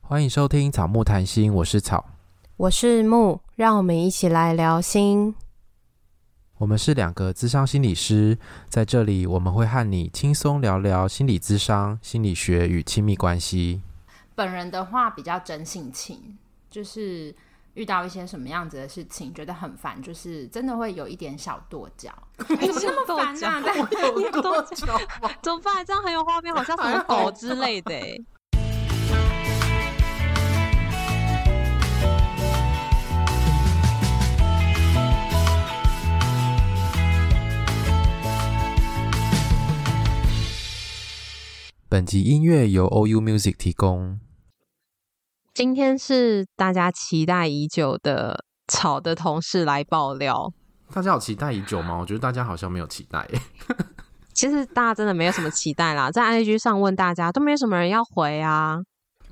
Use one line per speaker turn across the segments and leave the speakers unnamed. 欢迎收听草木谈心，我是草，
我是木，让我们一起来聊心。
我们是两个咨商心理师，在这里我们会和你轻松聊聊心理咨商、心理学与亲密关系。
本人的话比较真性情，就是遇到一些什么样子的事情，觉得很烦，就是真的会有一点小跺 脚。哎怎么那么烦啊？但
有多久？怎么办？这样很有画面，好像什么狗之类的、欸。
本集音乐由 OU Music 提供。
今天是大家期待已久的草的同事来爆料。
大家有期待已久吗？我觉得大家好像没有期 待耶。
其实大家真的没有什么期待啦，在 IG 上问大家都没什么人要回啊。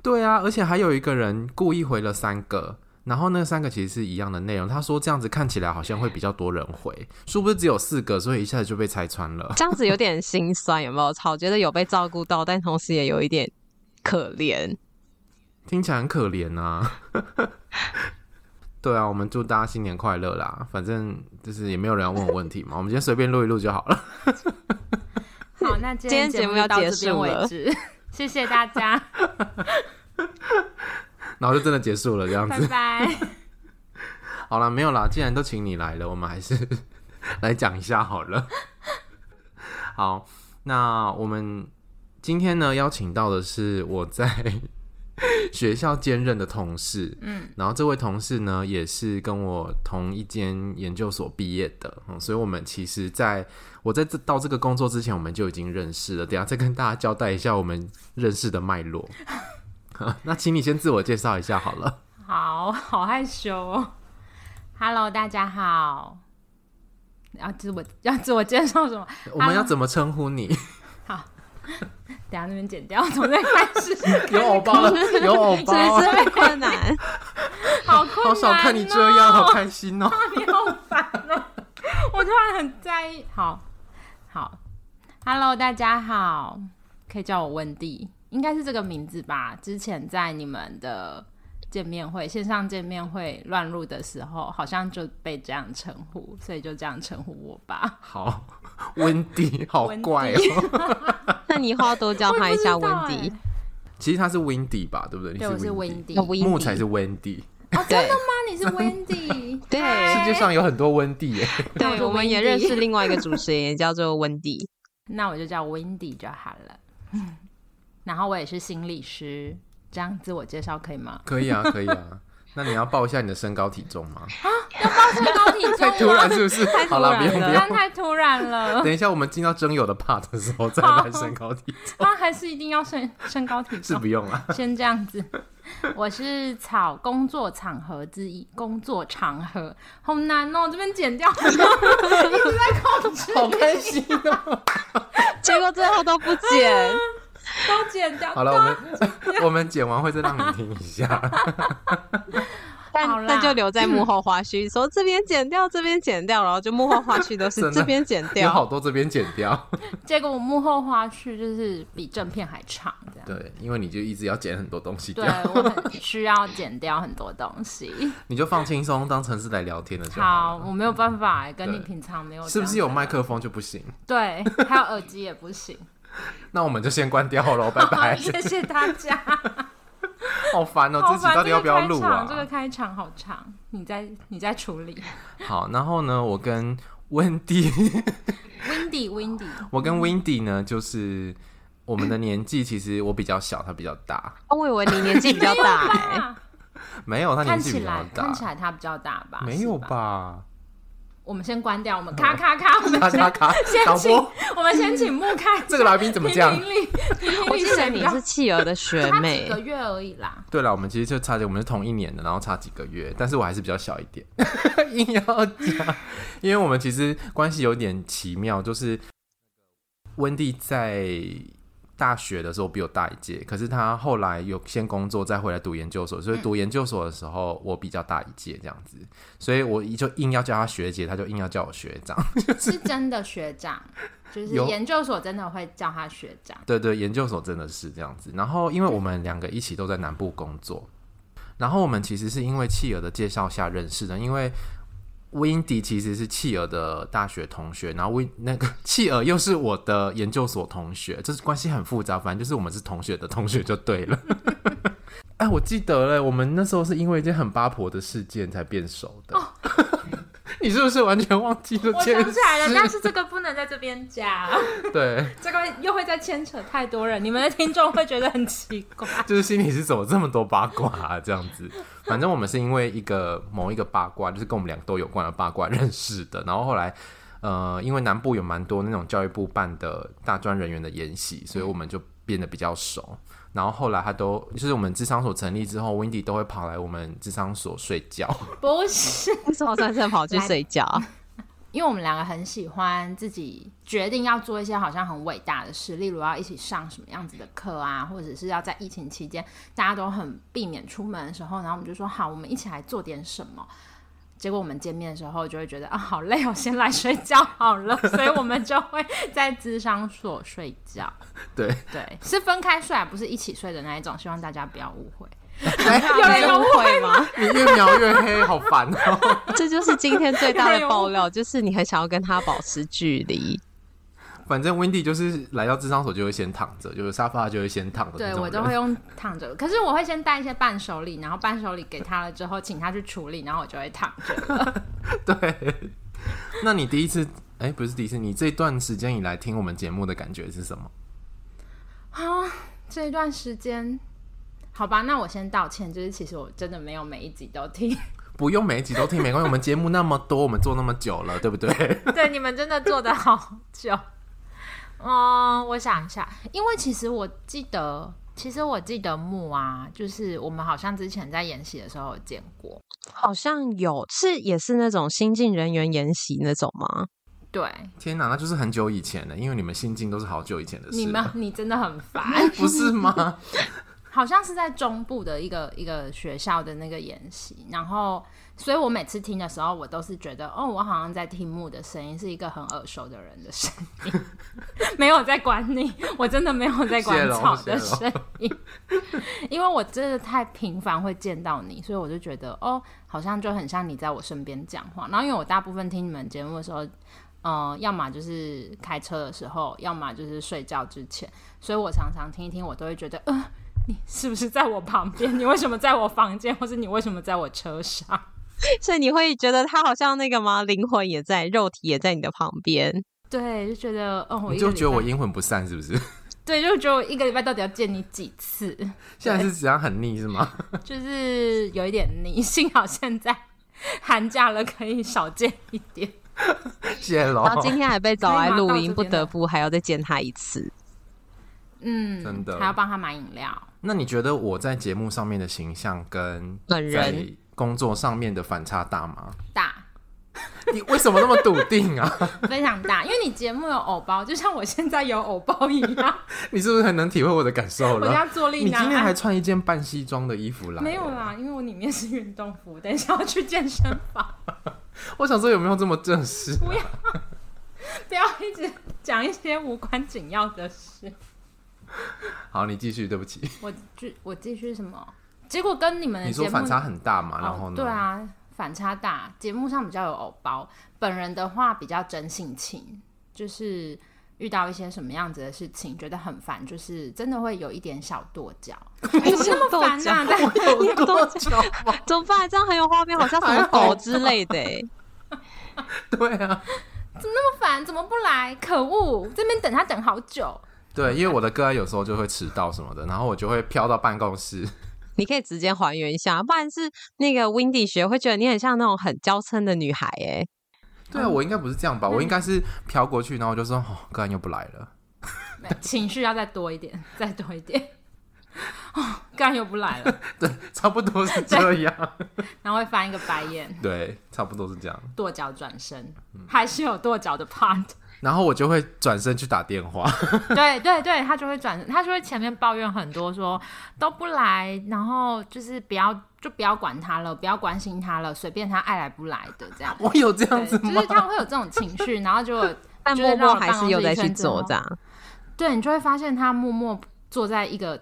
对啊，而且还有一个人故意回了三个，然后那三个其实是一样的内容。他说这样子看起来好像会比较多人回，殊不知只有四个，所以一下子就被拆穿了。
这样子有点心酸，有没有？草觉得有被照顾到，但同时也有一点可 怜。
听起来很可怜啊。 对啊，我们祝大家新年快乐啦！反正就是也没有人要问我问题嘛，我们今天随便录一录就好了。
好，那今
今天
天
节目
到
要
这
结
边
束
为
了
止， 谢谢大家，
然后就真的结束了，这样
拜
子。
拜。
好了，没有啦，既然都请你来了，我们还是 来讲一下好了。好，那我们今天呢邀请到的是我在 学校兼任的同事，嗯，然后这位同事呢也是跟我同一间研究所毕业的，嗯，所以我们其实在我在这到这个工作之前，我们就已经认识了。等一下再跟大家交代一下我们认识的脉络。 那请你先自我介绍一下好了。
好好害羞、哦。Hello，大家好。要自我要自我介绍什么？
我们要怎么称呼你？
啊等一下那边剪掉，从这开始，
有偶包了，有偶包
所 以
了，
这很困难。
好困难、哦。
好少看你这样，好开心哦。
你好烦哦！我突然很在意。好，好，Hello，大家好，可以叫我温蒂，应该是这个名字吧？之前在你们的见面会、线上见面会乱入的时候，好像就被这样称呼，所以就这样称呼我吧。
好，温迪，好
温
怪
蒂
哦。
那你以后要多教他一下
我也不知道
温迪。
其实他是 Windy 吧，对不对？你
对，我是
Windy，
Wendy。
那温迪
木才是 Wendy。
对
啊，你是 Wendy。
对
世界上有很多温蒂耶。
那我
对，
就
我们也
Wendy
认识另外一个主持人，也叫做温迪。
那我就叫 Wendy 就好了。然后我也是心理师，这样自我介绍可以吗？
可以 啊，可以啊。那你要报一下你的身高体重吗？
身高体重
太突然是不是？ 好啦，不用不
不然
用。
太突然了，
等一下，我们进到征友的 part 的时 候再来身高体重，
那还是一定要身身高体
是
重
不。用啊。
先这样子，我是草工作场合之一，工作场合好难哦，这边剪掉，一直在控 制，
好开心哦。
结果最后都不剪。
都剪掉。 啊
好了，我们我们 剪完会再让你听一 下。
好
但
啦
但就留在 幕后花絮，说这边剪掉，这边剪掉，然后就幕后花絮都是
真的
这边剪
啊
有
掉。
好多这边剪 掉。
结果我幕后花絮就是比正片还长，这样。
对，因为你就一直要剪很多东西
对
掉，
我很需要剪掉很多东 西。
你就放轻松，当成是来聊天的就
好，
好
我
了。
没有办法，跟你
对
平常没有
是不是有麦
麦？
克风就不行？
对，还有耳机也不行。
那我们就先关掉 喽，拜
好，
拜。
谢谢大家。
好烦哦、
好
自己
烦
到底要不要
这个
录
开
啊
场？这个开场好长，你再你再处理。
好，然后呢，我跟温迪，
Windy Windy，
我跟 Windy 呢，就是我们的年纪，其实我比较小，他比较大。
我以为你年纪比较大、欸，
啊
没有，哎他年
看
纪
起
比较
来
大
看。起来他比较大吧？
没有
是吧？
吧？
我们先关掉，我们咔咔 咔，我们
咔咔咔，
先
导
先请
播，
我们先请木开。
这个来宾怎么这样
评？评理，评
欸我
评理
记得
谁比
你
较
是企鹅的学
他几
妹
个，月而已啦。
对了，我们其实就差几，我们是同一年的，然后差几个月，但是我还是比较小一点， 硬要讲，因为我们其实关系有点奇妙，就是温蒂在。大学的时候比我大一届，可是他后来有先工作，再回来读研究所，所以读研究所的时候我比较大一届这样子，所以我一就硬要叫他学姐，他就硬要叫我学长。
是真的学长，就是
有
研究所真的会叫他学长。
对对，研究所真的是这样子。然后因为我们两个一起都在南部工作，然后我们其实是因为契儿的介绍下认识的，因为。Windy 其实是契儿的大学同学，然后 Win 那个契儿又是我的研究所同学，就是关系很复杂，反正就是我们是同学的同学就对了。 哎，我记得了，我们那时候是因为一件很八婆的事件才变熟的。 你是不是完全忘记了
哦我
这件事？
想起来了，但是这个不能在这边讲，
对，
这个又会再牵扯太多人，你们的听众会觉得很奇 怪。
就是心里是怎么这么多八卦啊？这样子，反正我们是因为一个某一个八卦，就是跟我们两个都有关的八卦认识的。然后后来，呃，因为南部有蛮多那种教育部办的大专人员的研习，所以我们就变得比较熟。然后后来他都就是我们智商所成立之后，Wendy 都会跑来我们智商所睡 觉。
不是，
为什么算是跑去睡觉？
因为我们两个很喜欢自己决定要做一些好像很伟大的事，例如要一起上什么样子的课啊，或者是要在疫情期间大家都很避免出门的时候，然后我们就说好，我们一起来做点什么。结果我们见面的时候就会觉得啊，好累哦，先来睡觉好了，所以我们就会在资商所睡觉。
对，
对，是分开睡啊，不是一起睡的那一种，希望大家不要误会。
有
人 有
误会吗？
你越描越黑，好烦哦、
这就是今天最大的爆料，就是你很想要跟他保持距离。
反正 Wendy 就是来到智商所就会先躺着，就是沙发就会先躺着那
对
种人。
我都会用躺着，可是我会先带一些伴手礼，然后伴手礼给他了之后，请他去处理，然后我就会躺着。
对，那你第一次，哎、不是第一次，你这段时间以来听我们节目的感觉是什么？
啊，这一段时间，好吧，那我先道歉，就是其实我真的没有每一集都听，
不用每一集都听没关系，我们节目那么多，我们做那么久了，对不 对？
对你们真的做的好久。嗯，我想一下，因为其实我记得，其实我记得木啊，就是我们好像之前在演戏的时候有见过，
好像有是也是那种新进人员研习那种吗？
对，
天哪，那就是很久以前了，因为你们心境都是好久以前的事了，
你们你真的很烦。
不是吗？
好像是在中部的一个一个学校的那个演习，然后，所以我每次听的时候，我都是觉得，哦，我好像在听木的声音，是一个很耳熟的人的声音， 没有在管你，我真的没有在
谢
管
喽
草的
谢
声音，因为我真的太频繁会见到你，所以我就觉得，哦，好像就很像你在我身边讲话。然后，因为我大部分听你们节目的时候，呃，要么就是开车的时候，要么就是睡觉之前，所以我常常听一听，我都会觉得，呃。你是不是在我旁边？你为什么在我房间，或是你为什么在我车上？
所以你会觉得他好像那个吗？灵魂也在，肉体也在你的旁边。
对，就觉得，哦， 我
你
一个
就
礼
觉得我
拜
阴魂不散是不是？
对，就觉得我一个礼拜到底要见你几次，
现在是怎样很腻是吗？
就是有一点腻。 幸好现在寒假了，可以少见一点。
谢喽
然，后今天还被找来录音，
可
不
以吗到这边了
得不还要再见他一次。
嗯，
真的
还要帮他买饮料。
那你觉得我在节目上面的形象跟
本人
在工作上面的反差大吗？
大
你为什么那么笃定啊？
非常大，因为你节目有偶包，就像我现在有偶包一样，
你是不是很能体会我的感受
我
了？
家坐立
你今
难
天还
安。
穿一件半西装的衣服来？
没有。啊啦，因为我里面是运动服，等一下要去健身房。
欸我想说有没有这么正式？啊
不要一直讲一些无关紧要的事。
好，你继续，对不起。
我继我继续什么？结果跟你们的
你
呃节
说
目
反差很大嘛？然
哦
后呢？
对。啊，反差大。节目上比较有偶包，本人的话比较真性情，就是遇到一些什么样子的事情，觉得很烦，就是真的会有一点小跺脚。
哎
怎么那么烦啊？ 但
有多久吗？
怎么办？这样很有画面，好像什么狗之类 的、欸。
对啊，
不烦，怎么不来？可恶！这边等他等好久。
对，因为我的个案有时候就会迟到什么的，然后我就会飘到办公室。
你可以直接还原一下，不然是那个 Windy 学会觉得你很像那种很娇嗔的女孩、欸。
对
嗯
啊，我应该不是这样吧？我应该是飘过去，然后我就说，哦，个案又不来了。
情绪要再多一点， 再多一点。哦，刚又不来了，
对，差不多是这 样。
然后会翻一个白眼。
对，差不多是这样。嗯
跺脚转身，还是有跺脚的 part。
然后我就会转身去打电话。
对对对，他就会转，他就会前面抱怨很多说都不来，然后就是不要就不要管他了，不要关心他了，随便他爱来不来的这样。
我有这
对
样子
就
吗
是？他会有这种情绪，然后就
但
就是
默
绕
默
了
还
办公
是
室
有
一
在去
圈之后
做这样。
对你就会发现他默默坐在一个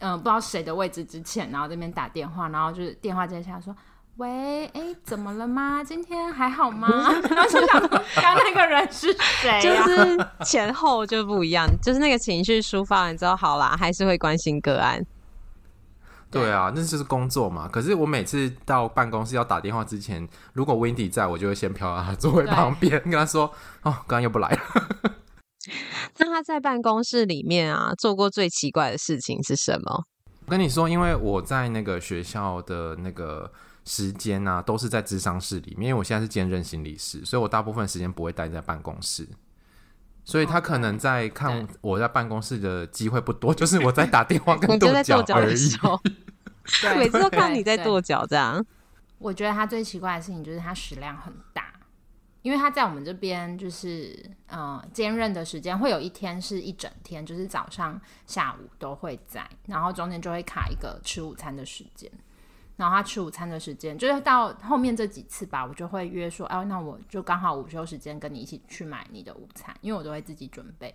嗯、呃不知道谁的位置之前，然后这边打电话，然后就是电话接起来说。喂，哎，怎么了吗？今天还好吗？ 然后就想说，刚刚那个人是谁、啊？
就是前后就不一样， 就是那个情绪抒发完之后，好啦，还是会关心个案。
对啊，那就是工作嘛。可是我每次到办公室要打电话之前，如果 Wendy 在我就会先飘到他座位
对
旁边，跟他说：“哦，刚刚又不来了。
那他在办公室里面啊，做过最奇怪的事情是什么？”
我跟你说，因为我在那个学校的那个时间啊，都是在智商室里面，因为我现在是兼任心理师，所以我大部分时间不会待在办公室。所
哦
以他可能在看我在办公室的机会不多， 就是我在打电话跟
你就在跺脚
而
的
已
时。候，
对
每次都看
对
你在
对
跺脚这样。
我觉得他最奇怪的事情就是他食量很大，因为他在我们这边就是嗯、呃兼任的时间会有一天是一整天，就是早上、下午都会在，然后中间就会卡一个吃午餐的时间。然后他吃午餐的时间，就是到后面这几次吧，我就会约说，哎，那我就刚好午休时间跟你一起去买你的午餐，因为我都会自己准备。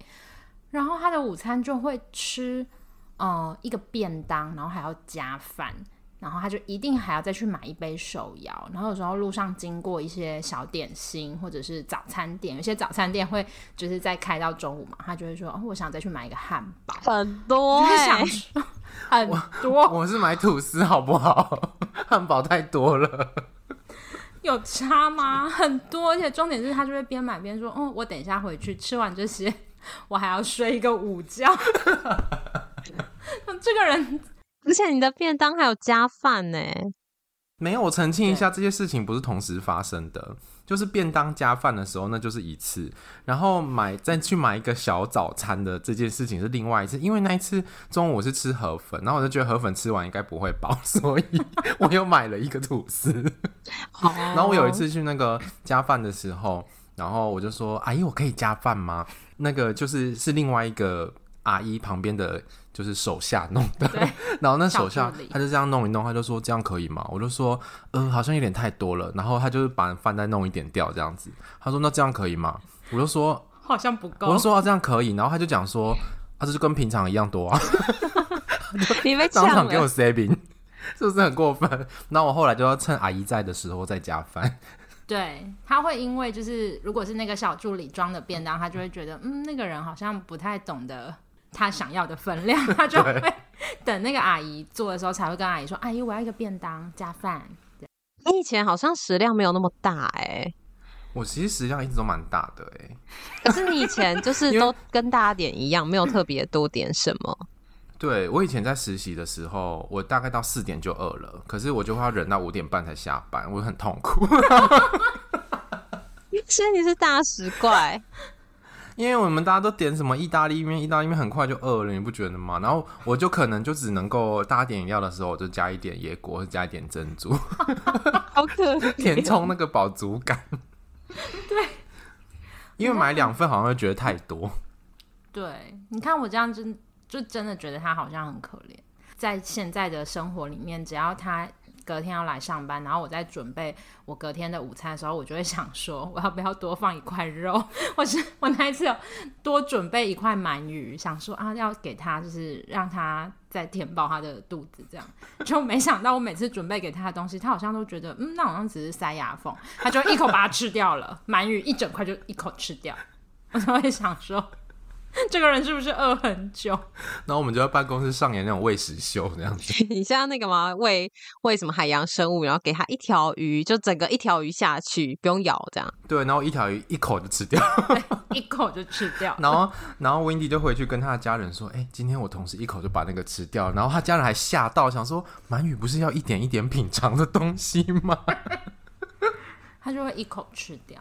然后他的午餐就会吃，呃，一个便当，然后还要加饭，然后他就一定还要再去买一杯手摇，然后有时候路上经过一些小点心或者是早餐店，有些早餐店会就是在开到中午嘛，他就会说，哦，我想再去买一个汉堡，
很多
我就
欸
想说很 多
我是买吐司好不好？ 汉堡太多了。
有差吗？很多，而且重点是他就会边买边说，哦，我等一下回去吃完这些，我还要睡一个午觉。 这个人
而且你的便当还有加饭 呢、
没有，我澄清一下，这些事情不是同时发生的。就是便当加饭的时候，那就是一次；然后买再去买一个小早餐的这件事情是另外一次。因为那一次中午我是吃河粉，然后我就觉得河粉吃完应该不会饱， 所以我又买了一个吐司。然后我有一次去那个加饭的时候，然后我就说：“阿姨，我可以加饭吗？”那个就是是另外一个阿姨旁边的，就是手下弄的。 然后那手下
小助理
他就这样弄一弄，他就说：“这样可以吗？”我就说：“呃，好像有点太多了。”然后他就是把饭再弄一点掉这样子。他说：“那这样可以吗？”我就说
好像不：“
我
够
就，说、啊、这样可以。”然后他就讲说：“啊，这就跟平 常一样多啊。”
你被
当
呛
场给我
了，
saving，是 不是很过分？那我后来就要趁阿姨在的时候再加饭。
对，他会因为就是如果是那个小助理装的便当，他就会觉得嗯，那个人好像不太懂得他想要的分量，他就会等那个阿姨做的时候才会跟阿姨说，阿姨我要一个便当加饭。
你以前好像食量没有那么大哎、
我其实食量一直都蛮大的哎、
可是你以前 就
因为
是都跟大家点一样，没有特别多点什么。
对我以前在实习的时候，我大概到四点就饿了，可是我就会要忍到五点半才下班，我很痛苦，
所以你是大食怪，
因为我们大家都点什么意大利面，意大利面很快就饿了，你不觉得吗？然后我就可能就只能够大家点饮料的时候，我就加一点椰果，或者加一点珍珠，
好可
填
怜。
充那个饱足感。对，因为买两份好像会觉得太多。
对，你看我这样真就真的觉得他好像很可怜。在现在的生活里面，只要他隔天要来上班，然后我在准备我隔天的午餐的时候，我就会想说，我要不要多放一块肉？ 我是我那一次有多准备一块鳗鱼，想说啊，要给他就是让他再填饱他的肚子，这样就没想到我每次准备给他的东西，他好像都觉得嗯，那好像只是塞牙缝，他就一口把它吃掉了，鳗鱼一整块就一口吃掉，我就会想说。 这个人是不是饿很久？
然后我们就在办公室上演那种喂食秀这样子。
你像那个嘛，喂喂什么海洋生物，然后给它一条鱼，就整个一条鱼下去，不用咬这样。
对，然后一条鱼一口就吃掉。
一口就吃掉。
嗯
然后，然后 Wendy 就回去跟他的家人说：“哎、今天我同事一口就把那个吃掉。”然后他家人还吓到，想说：“鳗鱼不是要一点一点品尝的东西吗
他就会一口吃掉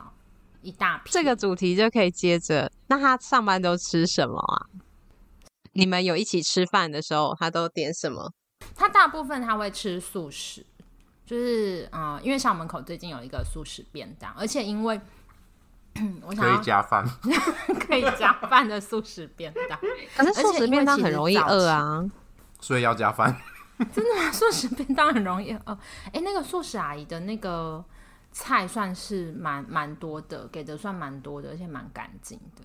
一大片。
这个主题就可以接着。那他上班都吃什么啊？你们有一起吃饭的时候，他都点什么？
他大部分他会吃素食，就是嗯、呃因为校门口最近有一个素食便当，而且因为 嗯我想
可以
要
加饭。
可以加饭的素食便当，
可是
而且
素食
因为
便当
其
很
实
容易
早
饿
期
啊。
所以要加饭。
素食便当很容易饿。哎、那个素食阿姨的那个菜算是蛮蛮多的，给的算蛮多的，而且蛮干净的。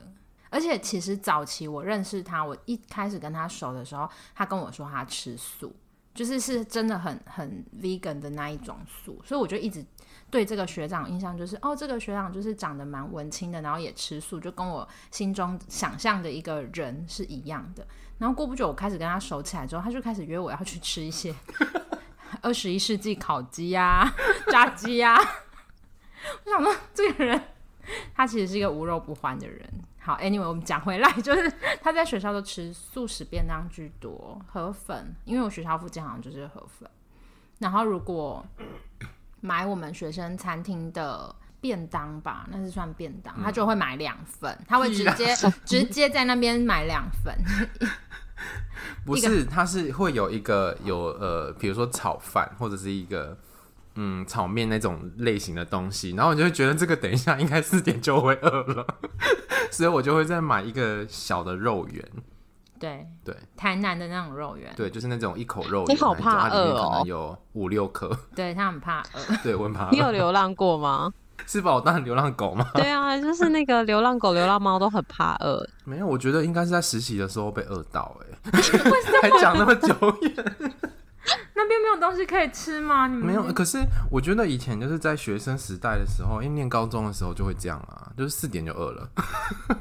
而且其实早期我认识她，我一开始跟她熟的时候，她跟我说她吃素，就是是真的很很 vegan 的那一种素，所以我就一直对这个学长印象就是，哦，这个学长就是长得蛮文青的，然后也吃素，就跟我心中想象的一个人是一样的。然后过不久，我开始跟他熟起来之后，他就开始约我要去吃一些 二十一世纪烤鸡呀、 炸鸡呀、我想说，这个人他其实是一个无肉不欢的人。好，anyway，我们讲回来，就是他在学校都吃素食便当居多，河粉，因为我学校附近好像就是河粉。然后如果买我们学生餐厅的便当吧，那是算便当，他就会买两份，他会直接直接在那边买两份，
不是，它是会有一个有呃，比如说炒饭或者是一个嗯炒面那种类型的东西，然后我就会觉得这个等一下应该四点就会饿了， 所以我就会再买一个小的肉圆，
对
对
台南的那种肉圆，
对，就是那种一口肉圆那一
你
种，
好怕
它里面
饿哦
可能有五六颗，
对他很怕饿，
对，我很怕
你有
饿，
流浪过吗？
是把我当流浪狗吗？
对啊，就是那个流浪狗、流浪猫都很怕 饿。
没有，我觉得应该是在实习的时候被饿到、欸， 哎，还讲那么久远。
那边没有东西可以吃吗？你们
没有，可是我觉得以前就是在学生时代的时候，因为念高中的时候就会这样啊，就是四点就饿了。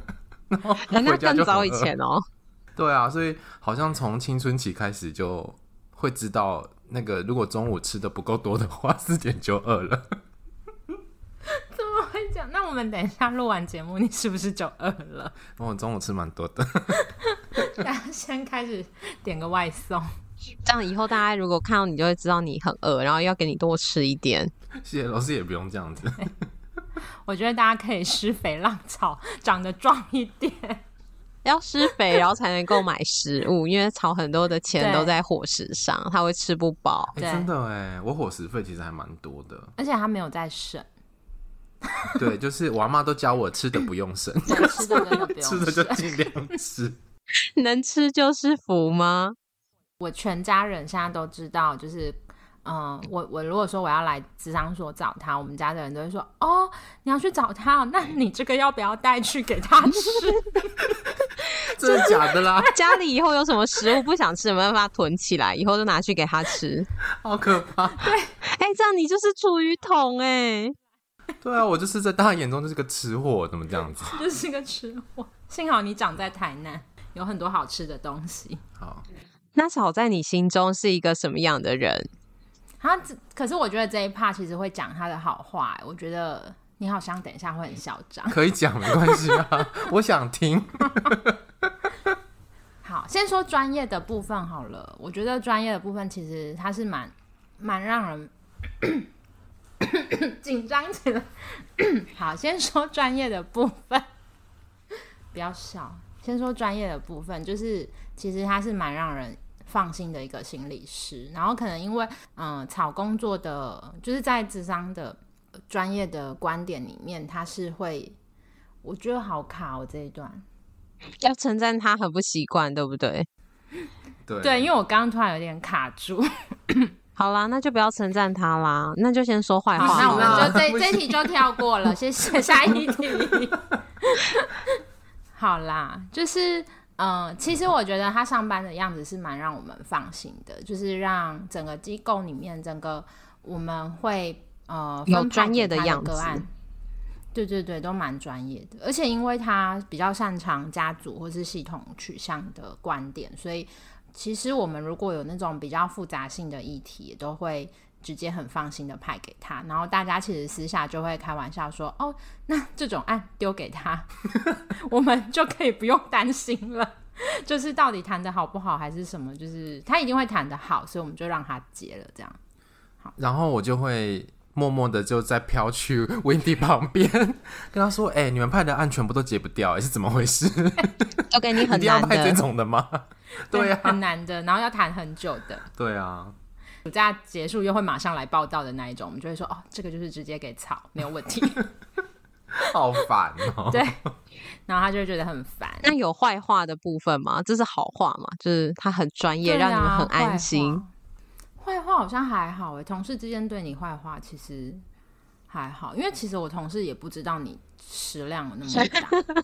然后
人家
回家
更
就很
早
饿
以前哦、
对啊，所以好像从青春期开始就会知道，那个如果中午吃的不够多的话，四点就饿了。
怎么会讲？那我们等一下录完节目，你是不是就饿了？
然后我哦中午吃蛮多的，
大家先开始点个外送，
这样以后大家如果看到你，就会知道你很饿，然后要给你多吃一点。
谢谢老师也不用这样子。
我觉得大家可以施肥浪草， 长得壮一点。
要施肥，然后才能够买食物，因为草很多的钱
对
都在伙食上，它会吃不饱。
哎、
对
真的哎，我伙食费其实还蛮多的。
而且他没有 在省，
对，就是我阿妈都教我吃的不用 省，
对吃的真的不用
吃的就
省
尽量吃。
能吃就是福吗？
我全家人现在都知道，就是。嗯，我我如果说我要来智商所找他，我们家的人都会说：“哦，你要去找他哦，那你这个要不要带去给他吃？”
真的假的啦？
家里以后有什么食物不想吃，有没有办法囤起来？以后就拿去给它吃。
好可怕！
哎、这样你就是厨余桶哎、
对啊，我就是在大家眼中就是个吃货，怎么这样子？
就是个吃货。幸好你长在台南，有很多好吃的东西。
好，
那草在你心中是一个什么样的人？
他只可是我觉得这一趴其实会讲他的好话、我觉得你好像等一下会很嚣张。
可以讲没关系啊， 我想听。
好，先说专业的部分好了。我觉得专业的部分其实它是蛮蛮让人 紧张起来。好，先说专业的部分，不要笑。先说专业的部分，就是其实他是蛮让人放心的一个心理师。然后可能因为嗯、呃草工作的就是在智商的呃专业的观点里面，他是会，我觉得好卡哦这一段。
要称赞他很不习惯，对不对？
对
对，因为我刚刚突然有点卡住。
好啦，那就不要称赞他啦，那就先说坏话
好，那
好
我
了。
们就
不
这
行啊
这题就跳过了， 谢谢。下一题。 好啦，就是嗯、呃其实我觉得他上班的样子是蛮让我们放心的，就是让整个机构里面整个我们会呃
有
分派
专业
给
的
他
样
个
子
案。对对对，都蛮专业的，而且因为他比较擅长家族或是系统取向的观点，所以其实我们如果有那种比较复杂性的议题，也都会直接很放心的派给他。然后大家其实私下就会开玩笑说：“哦，那这种案丢给他，我们就可以不用担心了。”就是到底谈的好不好还是什么，就是他一定会谈的好，所以我们就让他结了这样。
然后我就会默默的就在飘去 Wendy 旁边， 跟他说：“哎、你们派的案全部都结不掉、哎，是怎么回事？
就给你
一
很
定要
难
派这
的。
种的吗？” 对啊呀、
很难的，然后要谈很久的。
对啊，
暑假结束又会马上来报道的那一种，我们就会说：“哦，这个就是直接给草，没有问题。”
好烦哦、
对然后他就会觉得很烦。
那有坏话的部分吗？这是好话嘛？就是他很专业，
对
让你们
啊
很安心。。
坏话坏话好像还好诶，同事之间对你坏话其实还好，因为其实我同事也不知道你食量有那么大。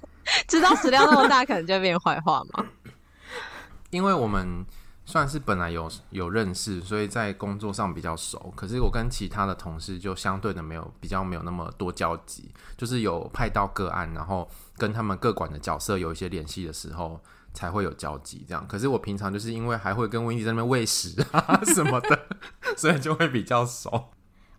知道食量那么大，可能就变坏话嘛。
因为我们算是本来有有认识，所以在工作上比较熟。可是我跟其他的同事就相对的没有比较没有那么多交集，就是有派到个案，然后跟他们各管的角色有一些联系的时候。才会有交集这样，可是我平常就是因为还会跟温迪在那边喂食 啊什么的，所以就会比较熟。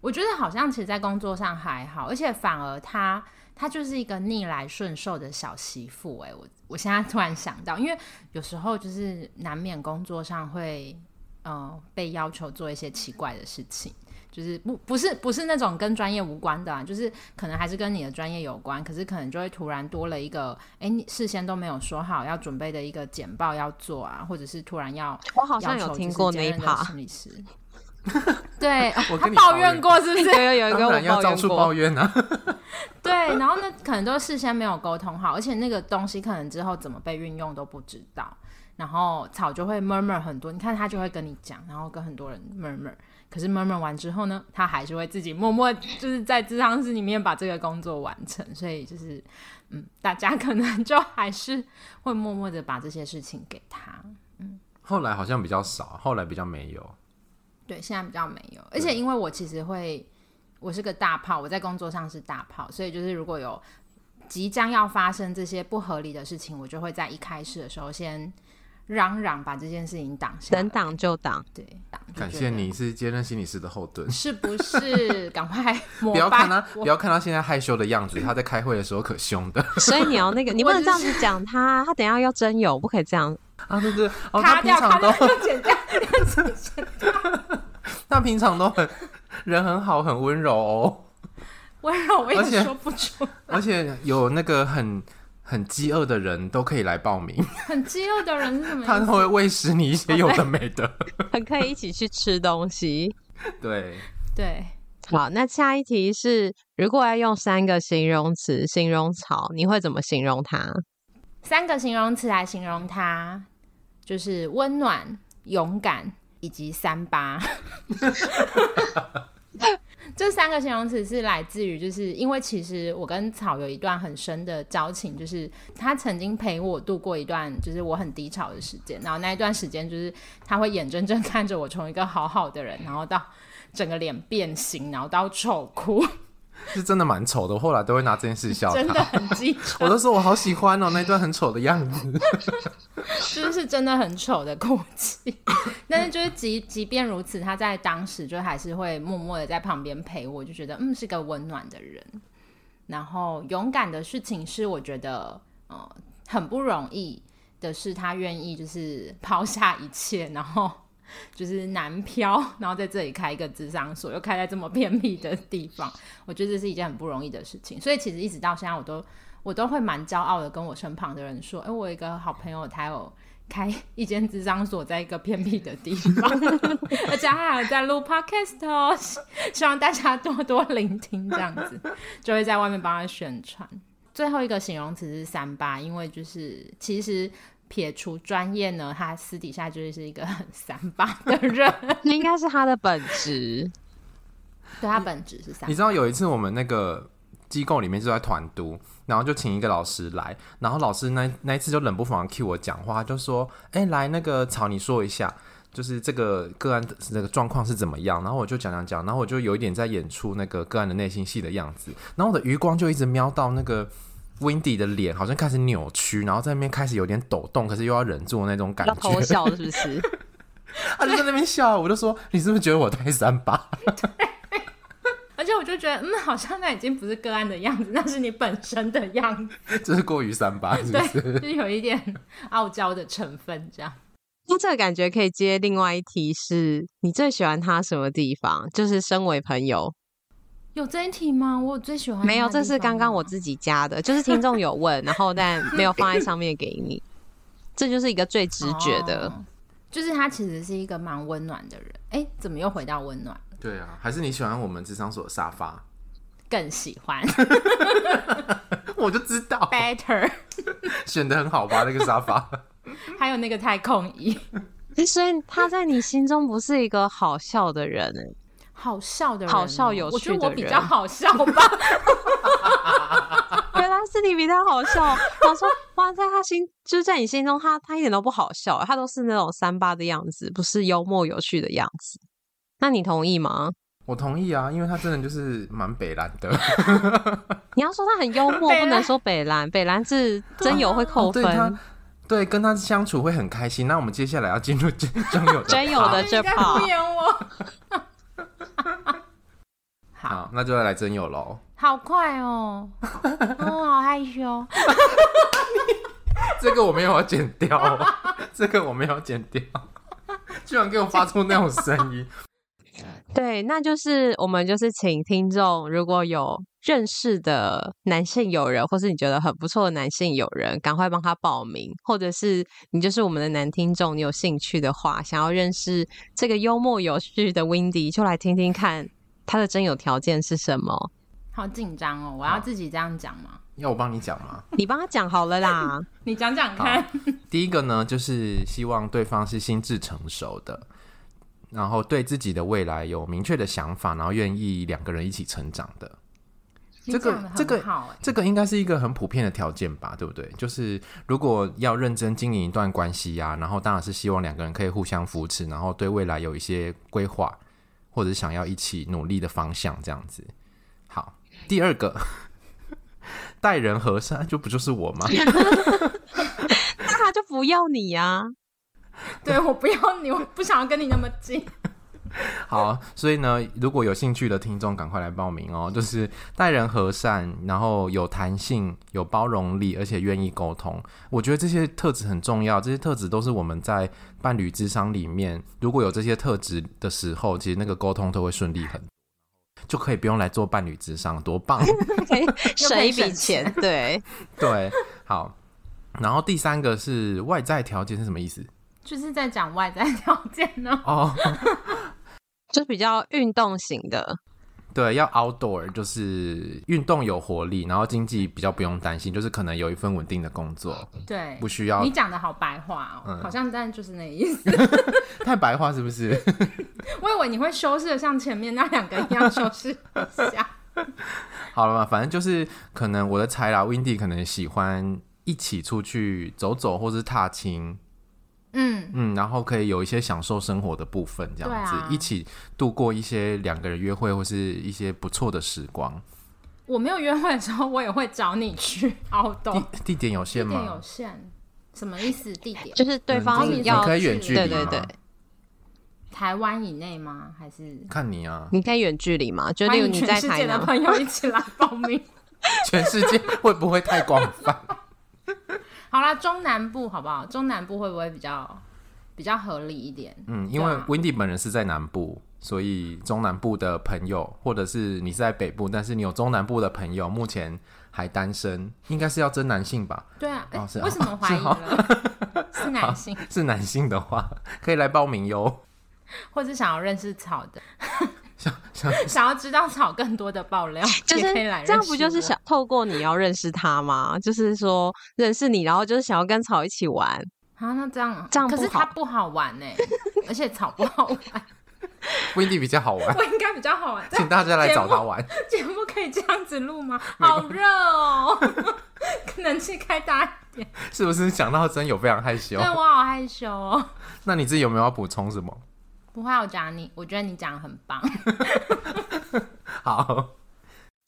我觉得好像其实，在工作上还好，而且反而他他就是一个逆来顺受的小媳妇。哎，我我现在突然想到，因为有时候就是难免工作上会嗯、呃被要求做一些奇怪的事情。就是不不是不是那种跟专业无关的、啊，就是可能还是跟你的专业有关，可是可能就会突然多了一个，哎、你事先都没有说好要准备的一个简报要做啊，或者是突然要
我好像
要求
有听
就是
过
兼
那一
任的
趴，
心理师， 对，哦
我跟
他
你
抱
抱
怨
怨
过是不 是？
有有 有一个
当
我
然要
抱
到
怨
处
过，
抱怨啊，
对，然后呢，可能都事先没有沟通好，而且那个东西可能之后怎么被运用都不知道。然后草就会 murmur 很多，你看他就会跟你讲，然后跟很多人 murmur。可是 murmur 完之后呢，他还是会自己默默就是在智商室里面把这个工作完成。所以就是，嗯，大家可能就还是会默默的把这些事情给他。
后来好像比较少，后来比较没有。
对，现在比较没有，而且因为我其实会，我是个大炮，我在工作上是大炮，所以就是如果有即将要发生这些不合理的事情，我就会在一开始的时候先嚷嚷把这件事情挡下来，
能挡就 挡。
对，挡就
感
觉
谢
得
你，是接任心理师的后盾。
是不是？赶快膜
不要
拜
看他，
我
不要看他现在害羞的样子，他在开会的时候可凶的
所以你要那个，你不
我
能
只
这样子讲他，他等一下要真有，不可以这样。
啊，对对，哦，他
卡
平
掉，卡
常
掉
都，
就剪掉。
他平常都很人很好，很温柔哦，
温柔我
而
也
且
说不出，
而且有那个很很饥饿的人都可以来报名，
很饥饿的人是什么意
他
思？
会喂食你一些有
哦
的没 的。
很可以一起去吃东西。
对，
对，
好，那下一题是，如果要用三个形容词形容草，你会怎么形容它？
三个形容词来形容他，就是温暖、勇敢以及三八。 这三个形容词是来自于，就是因为其实我跟草有一段很深的交情，就是他曾经陪我度过一段就是我很低潮的时间，然后那一段时间就是他会眼睁睁看着我从一个好好的人，然后到整个脸变形，然后到丑哭，
是真的蛮丑的，我后来都会拿这件事笑
真的
他。
很低潮。
我都说我好喜欢哦，那段很丑的样子。
就是真的很丑的哭泣，但是就是即即便如此，他在当时就还是会默默的在旁边陪我，就觉得嗯是个温暖的人。然后勇敢的事情是，我觉得呃很不容易的是，他愿意就是抛下一切，然后就是南漂，然后在这里开一个智商所，又开在这么偏僻的地方，我觉得这是一件很不容易的事情。所以其实一直到现在，我都我都会蛮骄傲的跟我身旁的人说，哎、我有一个好朋友，他有。开一间智商所，在一个偏僻的地 方，而且他还有在录 podcast 哦，希希望大家多多聆听，这样子就会在外面帮他宣传。最后一个形容词是三八，因为就是其实撇除专业呢，他私底下就是一个很三八的 人，
那应该是它的本质。
对他本质是三
你知道有一次我们那个机构里面就在团督，然后就请一个老师来，然后老师那那一次就冷不防 cue 我讲话，就说：“哎、来那个草，你说一下，就是这个个案的那个状况是怎么样？”然后我就讲讲讲，然后我就有一点在演出那个个案的内心戏的样子，然后我的余光就一直瞄到那个。Windy 的脸好像开始扭曲，然后在那边开始有点抖动，可是又要忍住那种感
要
觉。
偷笑是不是？
他啊就在那边笑，我就说：“你是不是觉得我太三八？”
而且我就觉得，嗯，好像那已经不是个案的样子，那是你本身的样子，
这是过于三八，是不是？
对，就是有一点傲娇的成分这样。
那这个感觉可以接另外一题是，你最喜欢它什么地方？就是身为朋友，
有这一题吗？我有最喜欢
没有，
他的
这
地
是刚
方
刚
吗
我自己加的，就是听众有问，然后但没有放在上面给你，这就是一个最直觉的。
哦就是他其实是一个蛮温暖的人。哎、怎么又回到温暖？
对啊，还是你喜欢我们智商所的沙发？
更喜欢
我就知道
better，
选的很好吧，那个沙发。
还有那个太空椅，
所以他在你心中不是一个好笑的人欸
好笑的人哦，
好笑有
我觉得
趣的
我比较
人
好笑吧，
原来是你比他好笑。我说哇，在他心就是在你心中他，他一点都不好笑，他都是那种三八的样子，不是幽默有趣的样子。那你同意吗？
我同意啊，因为他真的就是蛮北蓝 的，
你要说他很幽 默，
北兰
不能说北兰，北兰是真有会扣
哦对
分。
他，对跟他相处会很开心。那我们接下来要进入 真友的
真友
趴
的
你
这
在敷
怕
衍我。好
好，那就要来真友喽。
好快哦，哦，好害羞。
这个我没有要剪掉、 哦，这个我没有要剪掉，居然给我发出那种声音，
对，那就是我们就是请听众，如果有认识的男性友人，或是你觉得很不错的男性友人，赶快帮他报名，或者是你就是我们的男听众，你有兴趣的话，想要认识这个幽默有趣的 Windy，就来听听看他的真有条件是什么。
好紧张哦！我要
好
自己这样讲吗？
要我帮你讲吗？
你帮他讲好了 啦，
你讲讲看。
第一个呢，就是希望对方是心智成熟的，然后对自己的未来有明确的想法，然后愿意两个人一起成长的。
你
这个
讲得很
这个
好哎，
这个应该是一个很普遍的条件吧，对不对？就是如果要认真经营一段关系呀、然后当然是希望两个人可以互相扶持，然后对未来有一些规划，或者是想要一起努力的方向这样子。好，第二个， 待人和善，就不就是我吗？
那他就不要你啊呀、
对我不要你，我不想要跟你那么近。
好，所以呢，如果有兴趣的听众，赶快来报名哦。 就是待人和善，然后有弹性、有包容力，而且愿意沟通。我觉得这些特质很重要，这些特质都是我们在伴侣智商里面，如果有这些特质的时候，其实那个沟通都会顺利很多，就可以不用来做伴侣智商，多棒！
可以省一
省
笔钱。 对，
对，好。然后第三个是外在条件是什么意思？
就是在讲外在条件呢，
哦，
就比较运动型的，
对，要 outdoor 就是运动有活力，然后经济比较不用担心，就是可能有一份稳定的工作，
对，
不需要
你讲的好白话哦
嗯，
好像但就是那个意思。
太白话是不是？
我以为你会修饰的像前面那两个一样修饰一下。
好了嘛，反正就是可能我的猜啦，Windy 可能喜欢一起出去走走或是踏青，
嗯，
嗯，然后可以有一些享受生活的部分，这样子、
对啊
一起度过一些两个人约会或是一些不错的时光。
我没有约会的时候，我也会找你去凹
地
洞，
地点有
地
限
点有
吗？限
限，什么意思？地点
就是对方
嗯你
要
可以远距
对
离
对
吗
对，
台湾以内吗？还是
看你啊，
你可以远距离嘛，就
欢
例如
迎
你
全
在
世
台
界的
南，
朋友一起来报名？
全世界会不会太广泛？
好啦，中南部好不好？中南部会不会比较比较合理一点？
嗯，因为
对啊
Windy 本人是在南部，所以中南部的朋友，或者是你是在北部，但是你有中南部的朋友，目前还单身，应该是要真男性吧？
对啊，哎
哦是哦
为什么怀疑
是哦
了？ 是男性，
是男性的话，可以来报名哟。
或是想要认识草的，
想想
想要知道草更多的爆料，
就是
也可以来认识
这样不就是
我
想透过你要认识他吗？就是说认识你，然后就是想要跟草一起玩，
啊？那这样
这样
可是
不好
它不好玩呢、而且草不好 玩，
Windy 比较好 玩，
我应该比较好玩。 这
请大家来找他玩。
节目可以这样子录吗？好热哦， 冷气开大一点。
是不是想到真有非常害羞
对？我好害羞哦。
那你自己有没有要补充什么？
不会啊，我讲你，我觉得你讲的很 棒。
好，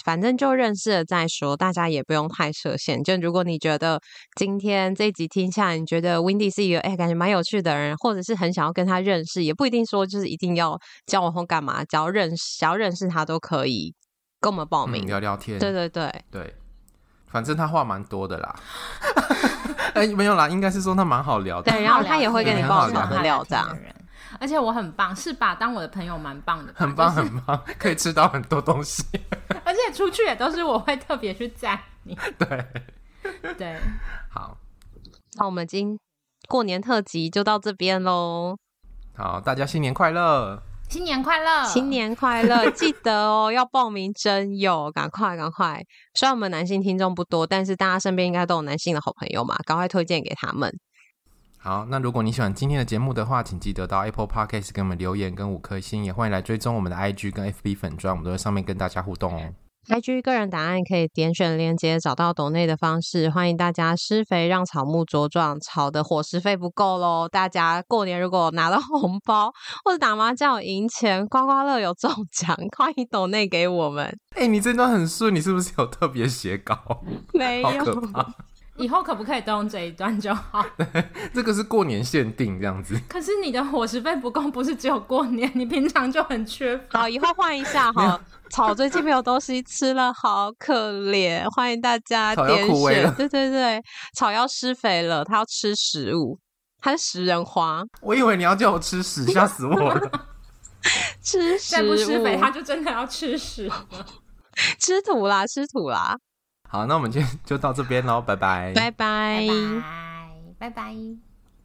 反正就认识了再说，大家也不用太设限。就如果你觉得今天这一集听下来，你觉得 Windy 是一个哎、感觉蛮有趣的人，或者是很想要跟他认识，也不一定说就是一定要交往或干嘛，只要认识想要认识他都可以跟我们报
我
名。
嗯聊聊天。
对对对，
对，反正他话蛮多的啦。 哎、没有啦，应该是说他蛮好聊的，
对然后他也会
跟你
爆
爆料
的料这样。
而且我很棒，是吧？当我的朋友蛮棒的吧，
很棒
就是
很棒，可以吃到很多东西。
而且出去也都是我会特别去赞你。
对，
对，
好
那我们今过年特辑就到这边喽。
好，大家新年快乐！
新年快乐！
新年快乐！记得哦，要报名真友，赶快赶快！虽然我们男性听众不多，但是大家身边应该都有男性的好朋友嘛，赶快推荐给他们。
好，那如果你喜欢今天的节目的话，请记得到 Apple Podcast 给我们留言跟五颗星，也欢迎来追踪我们的 IG 跟 FB 粉砖，我们都在上面跟大家互动哦。
IG 个人档案可以点选链接找到抖内的方式，欢迎大家施肥让草木茁壮，草的伙食费不够喽。大家过年如果拿到 红包或者打麻将有赢钱，刮刮乐有中奖，欢迎抖内给我们。
哎、你这段很顺，你是不是有特别写稿？
没
好可
有，
怕！
以后可不可以都用这一段就好？
这个是过年限定这样子，
可是你的伙食费不够，不是只有过年，你平常就很缺 乏。
好，以后换一下哈。草最近没有东西吃了，好可怜。欢迎大家
草要
点
枯萎了
选， 对对对，草要施肥了，它要吃食物，它是食人花，
我以为你要叫我吃屎，吓死我 了！
吃食
再不
物，
施肥，他就真的要吃屎。
吃土啦，吃土啦，
好，那我们今天就到这边喽，拜拜，
拜拜
拜拜，拜拜。